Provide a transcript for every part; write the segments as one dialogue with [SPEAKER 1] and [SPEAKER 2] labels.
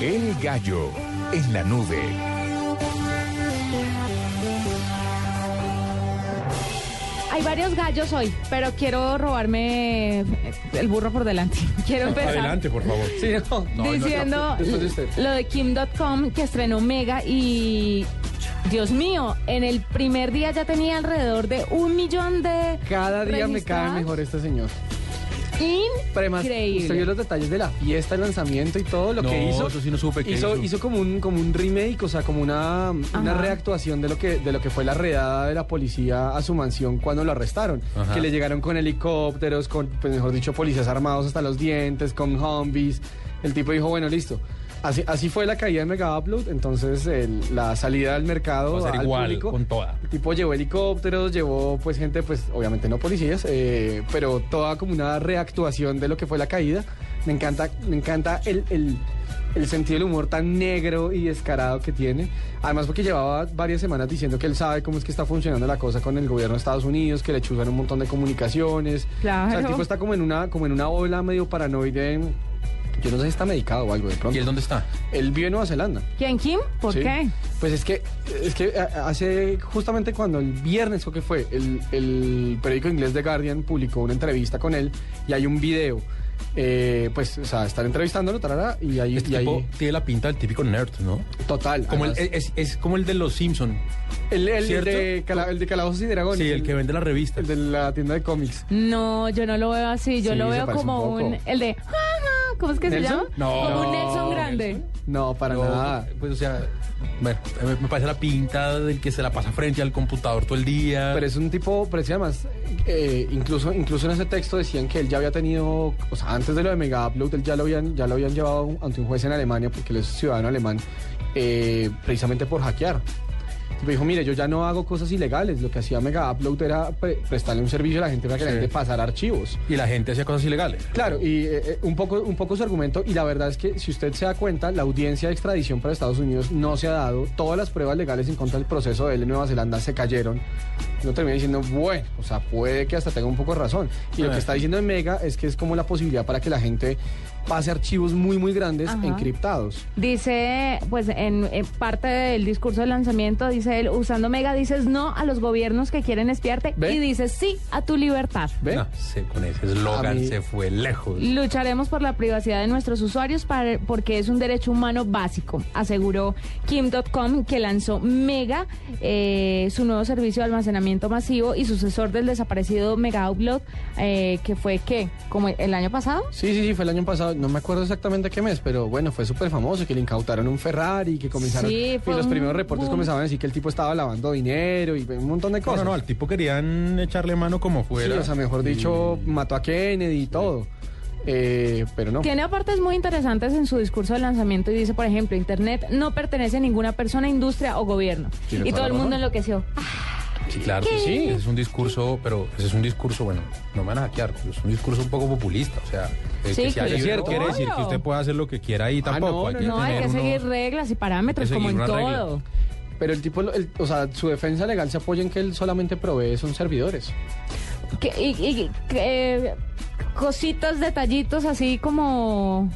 [SPEAKER 1] El gallo en la nube.
[SPEAKER 2] Hay varios gallos hoy, pero quiero robarme eh, el burro por delante. Quiero empezar.
[SPEAKER 3] Adelante, por favor.
[SPEAKER 4] Sí, no.
[SPEAKER 2] diciendo lo de Kim.com que estrenó Mega y Dios mío, en el primer día ya tenía alrededor de un millón de
[SPEAKER 4] Cada día me cae
[SPEAKER 2] registrados.
[SPEAKER 4] mejor esta señora. Pero además, usted vio
[SPEAKER 2] Increíble.
[SPEAKER 4] los detalles de la fiesta, el lanzamiento y todo lo
[SPEAKER 3] No,
[SPEAKER 4] que hizo.
[SPEAKER 3] eso sí no supe, ¿qué
[SPEAKER 4] hizo,
[SPEAKER 3] hizo?
[SPEAKER 4] hizo como un como un remake, o sea, como una, una
[SPEAKER 2] Ajá.
[SPEAKER 4] reactuación de lo que de lo que fue la redada de la policía a su mansión cuando lo arrestaron,
[SPEAKER 3] Ajá.
[SPEAKER 4] que le llegaron con helicópteros, con pues, mejor dicho, policías armados hasta los dientes, con zombies. El tipo dijo, bueno, listo. Así, así fue la caída de Mega Upload, entonces el- la salida del mercado
[SPEAKER 3] Va a ser
[SPEAKER 4] al
[SPEAKER 3] igual,
[SPEAKER 4] público,
[SPEAKER 3] con toda.
[SPEAKER 4] el tipo llevó helicópteros, llevó pues gente, pues obviamente no policías, eh, pero toda como una reactuación de lo que fue la caída. Me encanta, me encanta el, el- el sentido del humor tan negro y descarado que tiene. Además porque llevaba varias semanas diciendo que él sabe cómo es que está funcionando la cosa con el gobierno de Estados Unidos, que le chuzan un montón de comunicaciones. O sea, el
[SPEAKER 2] Claro.
[SPEAKER 4] tipo está como en una, como en una ola medio paranoide. Yo no sé si está medicado o algo de
[SPEAKER 3] ¿Y
[SPEAKER 4] pronto.
[SPEAKER 3] él dónde está?
[SPEAKER 4] Él vive en Nueva Zelanda.
[SPEAKER 2] ¿Quién Kim? ¿Por
[SPEAKER 4] Sí.
[SPEAKER 2] qué?
[SPEAKER 4] Pues es que, es que a- hace justamente cuando el viernes o que fue, el, el periódico inglés The Guardian publicó una entrevista con él y hay un video. eh, pues, o sea, están entrevistándolo, tarara, y ahí.
[SPEAKER 3] Este
[SPEAKER 4] y ahí-
[SPEAKER 3] tipo tiene la pinta del típico nerd, ¿no?
[SPEAKER 4] total.
[SPEAKER 3] Como el-
[SPEAKER 4] además.
[SPEAKER 3] es, es como el de los Simpson.
[SPEAKER 4] el, el
[SPEAKER 3] ¿cierto?
[SPEAKER 4] de, cala- el de Calabozos y Dragones.
[SPEAKER 3] Sí, el que vende la revista.
[SPEAKER 4] el de la tienda de cómics.
[SPEAKER 2] No, yo no lo veo así. Yo
[SPEAKER 4] Sí,
[SPEAKER 2] lo
[SPEAKER 4] se
[SPEAKER 2] veo
[SPEAKER 4] parece
[SPEAKER 2] como
[SPEAKER 4] un poco.
[SPEAKER 2] un. El de. "Ja, ja", ¿Cómo es que
[SPEAKER 4] ¿Nelson?
[SPEAKER 2] se llama?
[SPEAKER 3] No.
[SPEAKER 2] Como un Nelson
[SPEAKER 3] No,
[SPEAKER 2] grande.
[SPEAKER 3] Nelson.
[SPEAKER 4] No, para
[SPEAKER 3] No,
[SPEAKER 4] nada.
[SPEAKER 3] Pues, o sea, bueno, me- me parece la pinta del que se la pasa frente al computador todo el día.
[SPEAKER 4] Pero es un tipo, pero es que además, eh, incluso, incluso en ese texto decían que él ya había tenido, o sea, antes de lo de Mega Upload, él ya lo habían, ya lo habían llevado a un- ante un juez en Alemania, porque él es ciudadano alemán, eh, precisamente por hackear. Y me dijo, mire, yo ya no hago cosas ilegales, lo que hacía Mega Upload era pre- prestarle un servicio a la gente para que la
[SPEAKER 3] Sí.
[SPEAKER 4] gente pasara archivos.
[SPEAKER 3] Y la gente hacía cosas ilegales.
[SPEAKER 4] Claro, y eh, eh, un, poco, un poco su argumento, y la verdad es que si usted se da cuenta, la audiencia de extradición para Estados Unidos no se ha dado, todas las pruebas legales en contra del proceso de él en Nueva Zelanda se cayeron. No termina diciendo, bueno, o sea, puede que hasta tenga un poco de razón. Y lo
[SPEAKER 3] Ah.
[SPEAKER 4] que está diciendo en Mega es que es como la posibilidad para que la gente pase archivos muy, muy grandes
[SPEAKER 2] Ajá.
[SPEAKER 4] encriptados.
[SPEAKER 2] Dice, pues en, en parte del discurso de lanzamiento, dice él, usando Mega dices no a los gobiernos que quieren espiarte
[SPEAKER 4] ¿Ve?
[SPEAKER 2] y dices sí a tu libertad.
[SPEAKER 4] ¿Ve?
[SPEAKER 3] No, se- con ese
[SPEAKER 4] A
[SPEAKER 3] eslogan
[SPEAKER 4] mí-
[SPEAKER 3] se fue lejos.
[SPEAKER 2] Lucharemos por la privacidad de nuestros usuarios para- porque es un derecho humano básico, aseguró Kim.com que lanzó Mega, eh, su nuevo servicio de almacenamiento masivo y sucesor del desaparecido Mega Upload, eh, que fue ¿qué? como el año pasado.
[SPEAKER 4] Sí, sí, sí, fue el año pasado, no me acuerdo exactamente qué mes, pero bueno, fue súper famoso, que le incautaron un Ferrari, que comenzaron,
[SPEAKER 2] Sí,
[SPEAKER 4] y
[SPEAKER 2] fue
[SPEAKER 4] los
[SPEAKER 2] un
[SPEAKER 4] primeros reportes
[SPEAKER 2] boom.
[SPEAKER 4] comenzaban a decir que el tipo estaba lavando dinero y un montón de
[SPEAKER 3] No,
[SPEAKER 4] cosas.
[SPEAKER 3] no, no, al tipo querían echarle mano como fuera. Mm.
[SPEAKER 4] Sí, o sea, mejor dicho, mató a Kennedy y todo. Eh, pero no.
[SPEAKER 2] Tiene apartes muy interesantes en su discurso de lanzamiento y dice, por ejemplo, Internet no pertenece a ninguna persona, industria o gobierno.
[SPEAKER 4] Tiene
[SPEAKER 2] Y
[SPEAKER 4] toda
[SPEAKER 2] todo
[SPEAKER 4] la
[SPEAKER 2] el mundo
[SPEAKER 4] razón.
[SPEAKER 2] enloqueció. Ah,
[SPEAKER 3] Sí, claro que sí. Ese es un discurso, pero ese es un discurso, bueno, no me van a hackear, pero es un discurso un poco populista. O sea, el
[SPEAKER 2] Sí,
[SPEAKER 3] que sea
[SPEAKER 2] claro.
[SPEAKER 3] libre
[SPEAKER 2] Es cierto.
[SPEAKER 3] quiere decir que usted puede hacer lo que quiera y tampoco.
[SPEAKER 4] Ah, no, no,
[SPEAKER 2] no, hay que
[SPEAKER 3] tener
[SPEAKER 2] seguir
[SPEAKER 3] unos-
[SPEAKER 2] reglas y parámetros
[SPEAKER 3] hay que
[SPEAKER 2] como en
[SPEAKER 3] seguir unas
[SPEAKER 2] todo.
[SPEAKER 4] Pero el tipo, el- o sea, su defensa legal se apoya en que él solamente provee son servidores.
[SPEAKER 2] Que- y, y- que, eh, cositas, detallitos así como...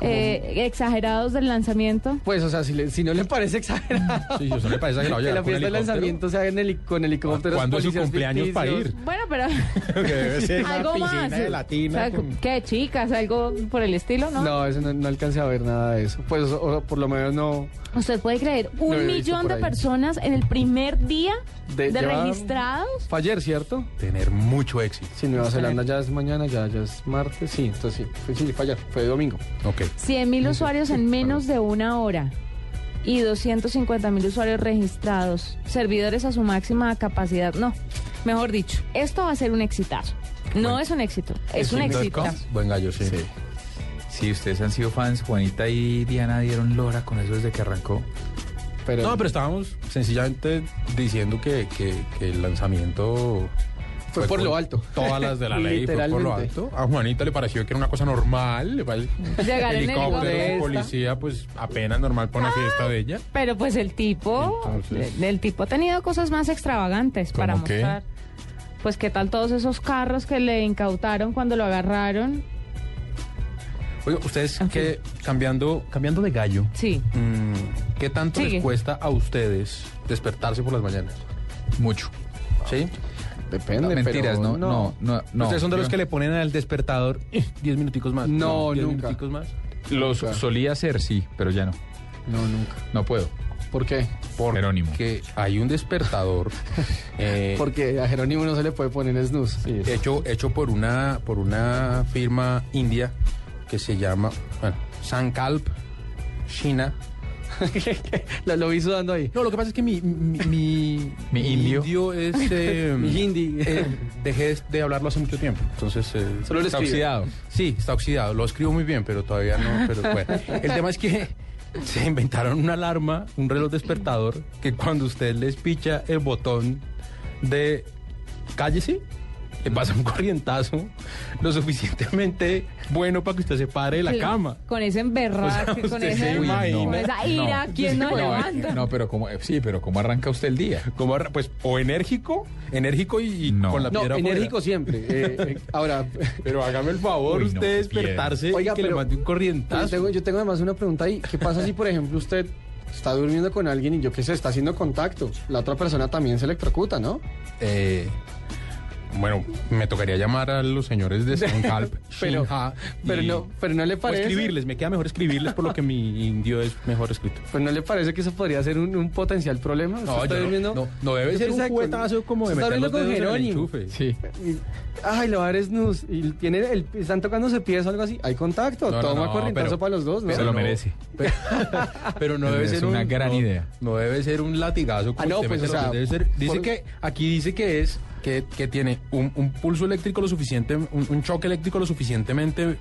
[SPEAKER 2] eh, exagerados del lanzamiento.
[SPEAKER 4] Pues, o sea, si, le- si no le parece exagerado.
[SPEAKER 3] Sí, yo solo me parece que la voy a
[SPEAKER 4] que la
[SPEAKER 3] llevar con
[SPEAKER 4] fiesta de
[SPEAKER 3] helicóptero.
[SPEAKER 4] lanzamiento sea en heli- con helicópteros.
[SPEAKER 3] ¿Cuándo es su
[SPEAKER 4] policías
[SPEAKER 3] cumpleaños para
[SPEAKER 4] ficticios.
[SPEAKER 3] ir?
[SPEAKER 2] Bueno, pero
[SPEAKER 3] que debe ser una
[SPEAKER 2] algo
[SPEAKER 3] piscina
[SPEAKER 2] más.
[SPEAKER 3] de latina.
[SPEAKER 2] O sea,
[SPEAKER 3] con-
[SPEAKER 2] ¿Qué chicas? ¿Algo por el estilo? No.
[SPEAKER 4] No, eso no, no alcancé a ver nada de eso. Pues, o- por lo menos no.
[SPEAKER 2] Usted puede creer,
[SPEAKER 4] Lo
[SPEAKER 2] un
[SPEAKER 4] he visto
[SPEAKER 2] millón
[SPEAKER 4] por
[SPEAKER 2] de
[SPEAKER 4] ahí.
[SPEAKER 2] personas en el primer día de,
[SPEAKER 4] De- lleva-
[SPEAKER 2] registrados.
[SPEAKER 4] Fue ayer, ¿cierto?
[SPEAKER 3] Tener mucho éxito.
[SPEAKER 4] Si Nueva
[SPEAKER 2] Está
[SPEAKER 4] Zelanda
[SPEAKER 2] bien.
[SPEAKER 4] ya es mañana, ya, ya es martes. Sí, entonces sí, fue, sí, fue ayer, fue domingo.
[SPEAKER 2] 100 mil usuarios en menos de una hora y 250 mil usuarios registrados, servidores a su máxima capacidad. No, mejor dicho, esto va a ser un exitazo. No
[SPEAKER 3] Bueno.
[SPEAKER 2] es un éxito, es un
[SPEAKER 3] éxito.
[SPEAKER 2] exitazo.
[SPEAKER 3] Buen gallo, sí.
[SPEAKER 5] Si ustedes han sido fans, Juanita y Diana dieron lora con eso desde que arrancó.
[SPEAKER 4] Pero,
[SPEAKER 3] No, pero estábamos sencillamente diciendo que, que- que el lanzamiento...
[SPEAKER 4] Fue por
[SPEAKER 3] con
[SPEAKER 4] lo alto.
[SPEAKER 3] Todas las de la ley fue por lo
[SPEAKER 4] Literalmente.
[SPEAKER 3] alto. A Juanita le pareció que era una cosa normal. Le parece,
[SPEAKER 2] Llegar en
[SPEAKER 3] helicóptero,
[SPEAKER 2] helicóptero.
[SPEAKER 3] policía, pues apenas normal para una fiesta de ella.
[SPEAKER 2] Pero pues el tipo,
[SPEAKER 3] Entonces.
[SPEAKER 2] el tipo ha tenido cosas más extravagantes para
[SPEAKER 3] ¿Cómo qué?
[SPEAKER 2] mostrar. Pues qué tal todos esos carros que le incautaron cuando lo agarraron.
[SPEAKER 3] Oiga, ustedes
[SPEAKER 2] En
[SPEAKER 3] que cambiando, cambiando de gallo,
[SPEAKER 2] Sí.
[SPEAKER 3] mm, ¿qué tanto
[SPEAKER 2] Sigue.
[SPEAKER 3] les cuesta a ustedes despertarse por las mañanas?
[SPEAKER 5] Mucho. Ah,
[SPEAKER 3] ¿Sí?
[SPEAKER 4] Depende, pero
[SPEAKER 5] Mentiras, no, no, no, no.
[SPEAKER 3] ¿Ustedes son de los
[SPEAKER 5] Yo-
[SPEAKER 3] que le ponen al despertador "Eh, 10 minuticos más?
[SPEAKER 4] No,
[SPEAKER 3] 10
[SPEAKER 4] nunca.
[SPEAKER 3] minuticos más.
[SPEAKER 5] Los
[SPEAKER 4] Claro.
[SPEAKER 5] solía hacer, sí, pero ya no.
[SPEAKER 4] No, nunca.
[SPEAKER 5] No puedo.
[SPEAKER 4] ¿Por qué?
[SPEAKER 5] Por Jerónimo.
[SPEAKER 3] Que hay un despertador eh,
[SPEAKER 4] Porque a Jerónimo no se le puede poner snooze.
[SPEAKER 3] hecho, hecho por una por una firma india que se llama bueno, Sankalp China.
[SPEAKER 4] La- lo vi sudando ahí.
[SPEAKER 3] No, lo que pasa es que mi mi, mi-
[SPEAKER 5] Mi indio.
[SPEAKER 3] es eh,
[SPEAKER 4] Mi hindi.
[SPEAKER 3] eh, dejé de hablarlo hace mucho tiempo. Entonces eh,
[SPEAKER 4] Solo le
[SPEAKER 3] está
[SPEAKER 4] escribe.
[SPEAKER 3] oxidado. Sí, está oxidado. Lo escribo muy bien, pero todavía no. Pero bueno, el tema es que se inventaron una alarma, un reloj despertador que cuando usted les picha el botón de cállese, le pasa un corrientazo lo suficientemente bueno para que usted se pare de la
[SPEAKER 2] Sí,
[SPEAKER 3] cama.
[SPEAKER 2] Con ese emberraje,
[SPEAKER 3] O sea,
[SPEAKER 2] con,
[SPEAKER 3] Pues, usted
[SPEAKER 2] ese-
[SPEAKER 3] se
[SPEAKER 2] con
[SPEAKER 3] imagina.
[SPEAKER 2] esa ira, Pues ¿quién no,
[SPEAKER 5] No,
[SPEAKER 2] levanta?
[SPEAKER 5] no, pero como, sí, pero ¿cómo arranca usted el día?
[SPEAKER 3] Como arra- pues o enérgico, enérgico y, y
[SPEAKER 5] No.
[SPEAKER 3] con la
[SPEAKER 4] No,
[SPEAKER 3] piedra afuera.
[SPEAKER 4] enérgico siempre. Eh, eh, ahora,
[SPEAKER 3] Pero hágame el favor
[SPEAKER 5] Uy, no,
[SPEAKER 3] usted
[SPEAKER 5] qué
[SPEAKER 3] despertarse
[SPEAKER 4] piedra. Oiga,
[SPEAKER 3] y que le
[SPEAKER 4] pero-
[SPEAKER 3] mande un
[SPEAKER 4] yo
[SPEAKER 3] corrientazo.
[SPEAKER 4] tengo, yo tengo además una pregunta ahí. ¿Qué pasa si, por ejemplo, usted está durmiendo con alguien y yo qué sé, está haciendo contacto? La otra persona también se electrocuta, ¿no?
[SPEAKER 3] Eh, bueno, me tocaría llamar a los señores de Sankalp,
[SPEAKER 4] Pero,
[SPEAKER 3] Shinha y-
[SPEAKER 4] pero, no, pero no le
[SPEAKER 3] o
[SPEAKER 4] parece.
[SPEAKER 3] escribirles, me queda mejor escribirles por lo que mi indio es mejor escrito.
[SPEAKER 4] Pues no le parece que eso podría ser un, un potencial problema. Usted está
[SPEAKER 3] yo
[SPEAKER 4] durmiendo-
[SPEAKER 3] no, no debe
[SPEAKER 4] ¿Qué
[SPEAKER 3] ser un
[SPEAKER 4] piensa con-
[SPEAKER 3] juguetazo como de
[SPEAKER 4] usted
[SPEAKER 3] meter
[SPEAKER 4] está
[SPEAKER 3] los
[SPEAKER 4] durmiendo
[SPEAKER 3] dedos en
[SPEAKER 4] con
[SPEAKER 3] el
[SPEAKER 4] Jerónimo.
[SPEAKER 3] enchufe.
[SPEAKER 5] Sí.
[SPEAKER 4] Y- Ay, lo va a dar snus. Y tiene el, están tocándose pies o algo así. Hay contacto.
[SPEAKER 3] No, no,
[SPEAKER 4] toma
[SPEAKER 3] no,
[SPEAKER 4] corrientazo
[SPEAKER 3] pero-
[SPEAKER 4] para los dos, ¿no?
[SPEAKER 5] Se lo merece.
[SPEAKER 3] Pero no
[SPEAKER 5] Me
[SPEAKER 3] debe
[SPEAKER 5] parece
[SPEAKER 3] ser
[SPEAKER 5] una
[SPEAKER 3] un-
[SPEAKER 5] gran
[SPEAKER 3] no-
[SPEAKER 5] idea.
[SPEAKER 3] No debe ser un latigazo.
[SPEAKER 4] Ah, no,
[SPEAKER 3] usted
[SPEAKER 4] pues,
[SPEAKER 3] mete
[SPEAKER 4] o
[SPEAKER 3] los
[SPEAKER 4] sea,
[SPEAKER 3] dedos. Debe ser- dice
[SPEAKER 4] por-
[SPEAKER 3] que aquí dice que es que, que tiene un, un pulso eléctrico lo suficiente, un, un choque eléctrico lo suficientemente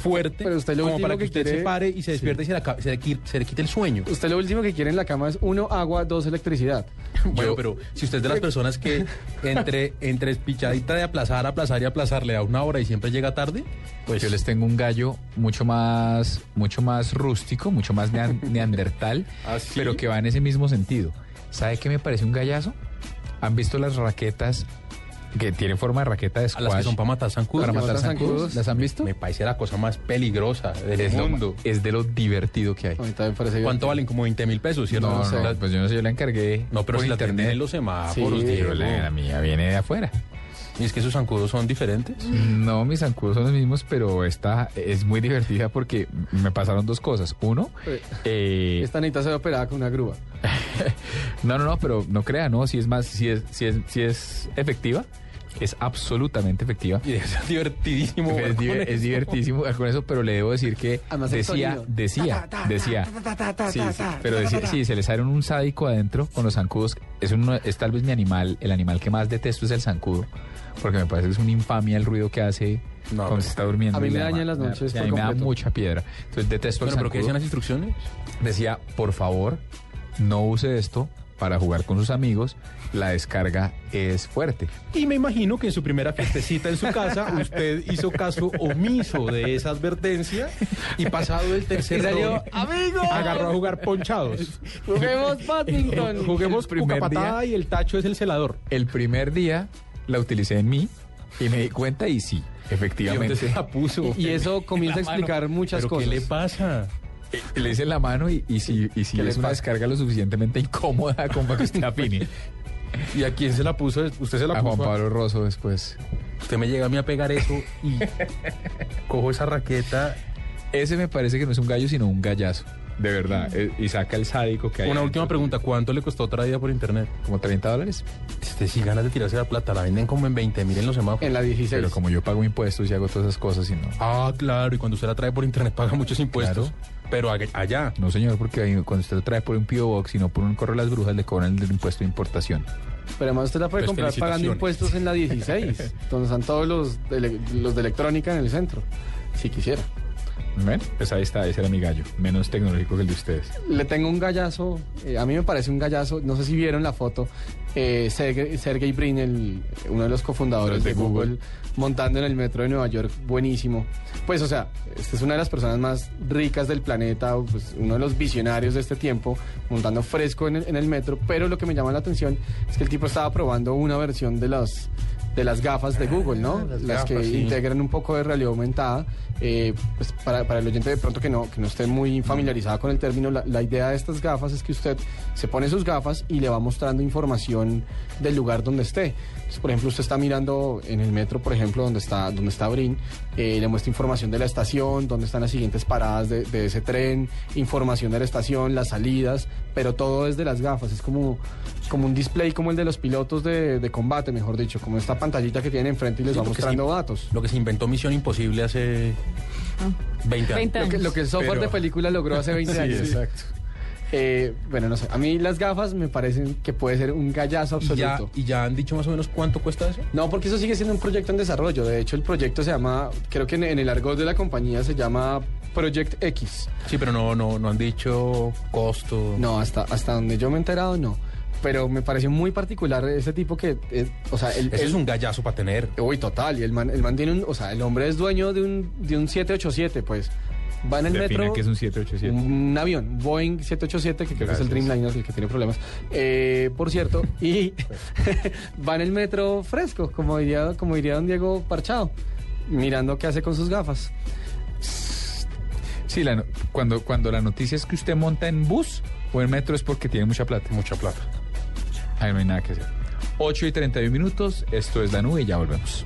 [SPEAKER 3] fuerte
[SPEAKER 4] Pero usted lo
[SPEAKER 3] como
[SPEAKER 4] último
[SPEAKER 3] para que,
[SPEAKER 4] que
[SPEAKER 3] usted
[SPEAKER 4] quiere-
[SPEAKER 3] se pare y se despierte y se le, aca- se le qui- se le quite el sueño.
[SPEAKER 4] Usted lo último que quiere en la cama es uno, agua, dos, electricidad.
[SPEAKER 3] Bueno, pero si usted es de las personas que entre entre espichadita de aplazar, aplazar y aplazar le da una hora y siempre llega tarde, pues
[SPEAKER 5] Yo les tengo un gallo mucho más, mucho más rústico, mucho más nean- neandertal,
[SPEAKER 3] ¿Ah, sí?
[SPEAKER 5] pero que va en ese mismo sentido. ¿Sabe qué me parece un gallazo? ¿Han visto las raquetas que tienen forma de raqueta de
[SPEAKER 3] a
[SPEAKER 5] squash?
[SPEAKER 3] las que son para matar zancudos.
[SPEAKER 5] Pues, para
[SPEAKER 4] que
[SPEAKER 5] matar
[SPEAKER 4] matan
[SPEAKER 5] zancudos?
[SPEAKER 4] zancudos.
[SPEAKER 5] ¿Las han visto?
[SPEAKER 3] Me parece la cosa más peligrosa del
[SPEAKER 5] Es, lo-
[SPEAKER 3] mundo.
[SPEAKER 5] es de lo divertido que hay.
[SPEAKER 4] A mí también parece
[SPEAKER 3] ¿Cuánto valen? Como 20 mil pesos, ¿cierto?
[SPEAKER 5] No,
[SPEAKER 4] no sé.
[SPEAKER 5] no, pues yo no sé, yo la encargué
[SPEAKER 3] No, pero
[SPEAKER 5] por
[SPEAKER 3] si la
[SPEAKER 5] internet.
[SPEAKER 3] tienen en los semáforos,
[SPEAKER 4] Sí,
[SPEAKER 3] Diego.
[SPEAKER 5] Pero la, la mía viene de afuera.
[SPEAKER 3] Y es que esos zancudos son diferentes.
[SPEAKER 5] No, mis zancudos son los mismos, pero esta es muy divertida porque me pasaron dos cosas. Uno, eh,
[SPEAKER 4] Esta necesita ser operada con una grúa.
[SPEAKER 5] No, no, no, pero no crea, no, si es más, si es, si es, si es efectiva, es absolutamente efectiva.
[SPEAKER 3] Y debe ser divertidísimo.
[SPEAKER 5] Es,
[SPEAKER 3] jugar con
[SPEAKER 5] diver- es
[SPEAKER 3] eso.
[SPEAKER 5] divertísimo jugar con eso, pero le debo decir que
[SPEAKER 4] Además, el
[SPEAKER 5] decía,
[SPEAKER 4] sonido.
[SPEAKER 5] decía, decía, sí, sí, pero decía, sí, se le sale un sádico adentro con los zancudos. Es, uno, es tal vez mi animal, el animal que más detesto es el zancudo, porque me parece que es una infamia el ruido que hace
[SPEAKER 3] No,
[SPEAKER 5] cuando
[SPEAKER 3] pero-
[SPEAKER 5] se está durmiendo.
[SPEAKER 4] a mí
[SPEAKER 5] y
[SPEAKER 4] me
[SPEAKER 5] la-
[SPEAKER 4] dañan las
[SPEAKER 5] me da-
[SPEAKER 4] noches
[SPEAKER 5] y A
[SPEAKER 4] por
[SPEAKER 5] mí me da
[SPEAKER 4] completo.
[SPEAKER 5] mucha piedra, entonces detesto el
[SPEAKER 3] Bueno, pero ¿qué
[SPEAKER 5] zancudo
[SPEAKER 3] decían las instrucciones?
[SPEAKER 5] decía, por favor, no use esto para jugar con sus amigos, la descarga es fuerte.
[SPEAKER 3] Y me imagino que en su primera fiestecita en su casa, usted hizo caso omiso de esa advertencia y pasado el tercer
[SPEAKER 4] Y salió,
[SPEAKER 3] round, agarró a jugar ponchados.
[SPEAKER 4] Juguemos Paddington.
[SPEAKER 3] Juguemos
[SPEAKER 5] El primer
[SPEAKER 3] cucapatada y el tacho es el celador.
[SPEAKER 5] El primer día la utilicé en mí y me di cuenta y sí,
[SPEAKER 3] Y
[SPEAKER 5] efectivamente.
[SPEAKER 3] usted se la puso.
[SPEAKER 4] Y eso comienza a
[SPEAKER 3] La mano.
[SPEAKER 4] explicar muchas
[SPEAKER 3] ¿Pero
[SPEAKER 4] cosas.
[SPEAKER 3] ¿Qué le pasa?
[SPEAKER 5] Le hice la mano y, y sí, y sí
[SPEAKER 4] ¿Qué le
[SPEAKER 5] es una
[SPEAKER 4] pasa?
[SPEAKER 5] descarga lo suficientemente incómoda como para que usted afine.
[SPEAKER 3] ¿Y a quién se la puso? Usted se la
[SPEAKER 5] A
[SPEAKER 3] puso.
[SPEAKER 5] Juan Pablo Rosso después.
[SPEAKER 3] Usted me llega a mí a pegar eso y cojo esa raqueta.
[SPEAKER 5] Ese me parece que no es un gallo, sino un gallazo. De verdad. eh, Y saca el sádico que hay.
[SPEAKER 3] Mm. Una última pregunta, ¿cuánto le costó otra vida por internet?
[SPEAKER 5] Como 30 dólares.
[SPEAKER 3] Este, si ganas de tirarse la plata, la venden como en 20 mil en los semáforos.
[SPEAKER 4] En la 16.
[SPEAKER 5] Pero como yo pago impuestos y hago todas esas cosas y no.
[SPEAKER 3] Ah, claro, y cuando usted la trae por internet paga muchos impuestos. Pero ag- allá.
[SPEAKER 5] No, señor, porque ahí cuando usted lo trae por un P.O. Box, sino por un correo de las brujas, le cobran el impuesto de importación.
[SPEAKER 4] Pero además usted la puede
[SPEAKER 3] Pues,
[SPEAKER 4] comprar pagando
[SPEAKER 3] felicitaciones.
[SPEAKER 4] impuestos en la 16, donde están todos los de, ele- los de electrónica en el centro, si quisiera.
[SPEAKER 5] Bueno, pues ahí está, ese era mi gallo. Menos tecnológico que el de ustedes.
[SPEAKER 4] Le tengo un gallazo, eh, a mí me parece un gallazo, no sé si vieron la foto, eh, Sergey, Sergey Brin, el- uno de los cofundadores
[SPEAKER 5] Los de
[SPEAKER 4] de,
[SPEAKER 5] Google.
[SPEAKER 4] Google. montando en el metro de Nueva York, buenísimo. Pues o sea, esta es una de las personas más ricas del planeta, o, pues, uno de los visionarios de este tiempo, montando fresco en el, en el metro, pero lo que me llama la atención es que el tipo estaba probando una versión de las de las gafas de Google, ¿no?
[SPEAKER 3] Las
[SPEAKER 4] Las,
[SPEAKER 3] gafas,
[SPEAKER 4] que
[SPEAKER 3] sí.
[SPEAKER 4] integran un poco de realidad aumentada. eh, pues para, para el oyente de pronto que no, que no esté muy familiarizado con el término, la, la idea de estas gafas es que usted se pone sus gafas y le va mostrando información del lugar donde esté. Entonces, por ejemplo, usted está mirando en el metro, por ejemplo, donde está, donde está Brin, eh, le muestra información de la estación, dónde están las siguientes paradas de, de ese tren, información de la estación, las salidas, pero todo desde las gafas. Es como, como un display como el de los pilotos de, de combate, mejor dicho, como esta pantallita que tienen enfrente y les
[SPEAKER 3] Sí,
[SPEAKER 4] va
[SPEAKER 3] lo que se-
[SPEAKER 4] mostrando datos.
[SPEAKER 3] Lo que se inventó Misión Imposible hace
[SPEAKER 4] Ah.
[SPEAKER 3] 20 años.
[SPEAKER 2] 20
[SPEAKER 4] Lo que, lo que el software
[SPEAKER 3] Pero-
[SPEAKER 4] de película logró hace 20
[SPEAKER 3] Sí,
[SPEAKER 4] años.
[SPEAKER 3] exacto.
[SPEAKER 4] Eh, bueno, no sé. A mí las gafas me parecen que puede ser un gallazo
[SPEAKER 3] ¿Y ya,
[SPEAKER 4] absoluto.
[SPEAKER 3] ¿Y ya han dicho más o menos cuánto cuesta eso?
[SPEAKER 4] No, porque eso sigue siendo un proyecto en desarrollo. De hecho, el proyecto se llama, creo que en, en el argot de la compañía se llama Project X.
[SPEAKER 3] Sí, pero no, no, no han dicho costo.
[SPEAKER 4] No, hasta, hasta donde yo me he enterado, no. Pero me pareció muy particular ese tipo que, eh, o sea, el,
[SPEAKER 3] Eso
[SPEAKER 4] el-
[SPEAKER 3] es un gallazo para tener.
[SPEAKER 4] Uy, total. Y el man, el man tiene un. O sea, el hombre es dueño de un, de un 787, pues. Va en el
[SPEAKER 5] Defina
[SPEAKER 4] metro.
[SPEAKER 5] que es un 787.
[SPEAKER 4] Un avión, Boeing 787, que creo que es el
[SPEAKER 5] Gracias.
[SPEAKER 4] Dreamliner, el que tiene problemas. Eh, por cierto, y va en el metro fresco, como diría, como diría don Diego Parchado, mirando qué hace con sus gafas.
[SPEAKER 5] Sí, la no- cuando, cuando la noticia es que usted monta en bus o en metro es porque tiene mucha plata.
[SPEAKER 3] Mucha plata.
[SPEAKER 5] Ahí no hay nada que hacer. 8 y 31 minutos, esto es La Nube y ya volvemos.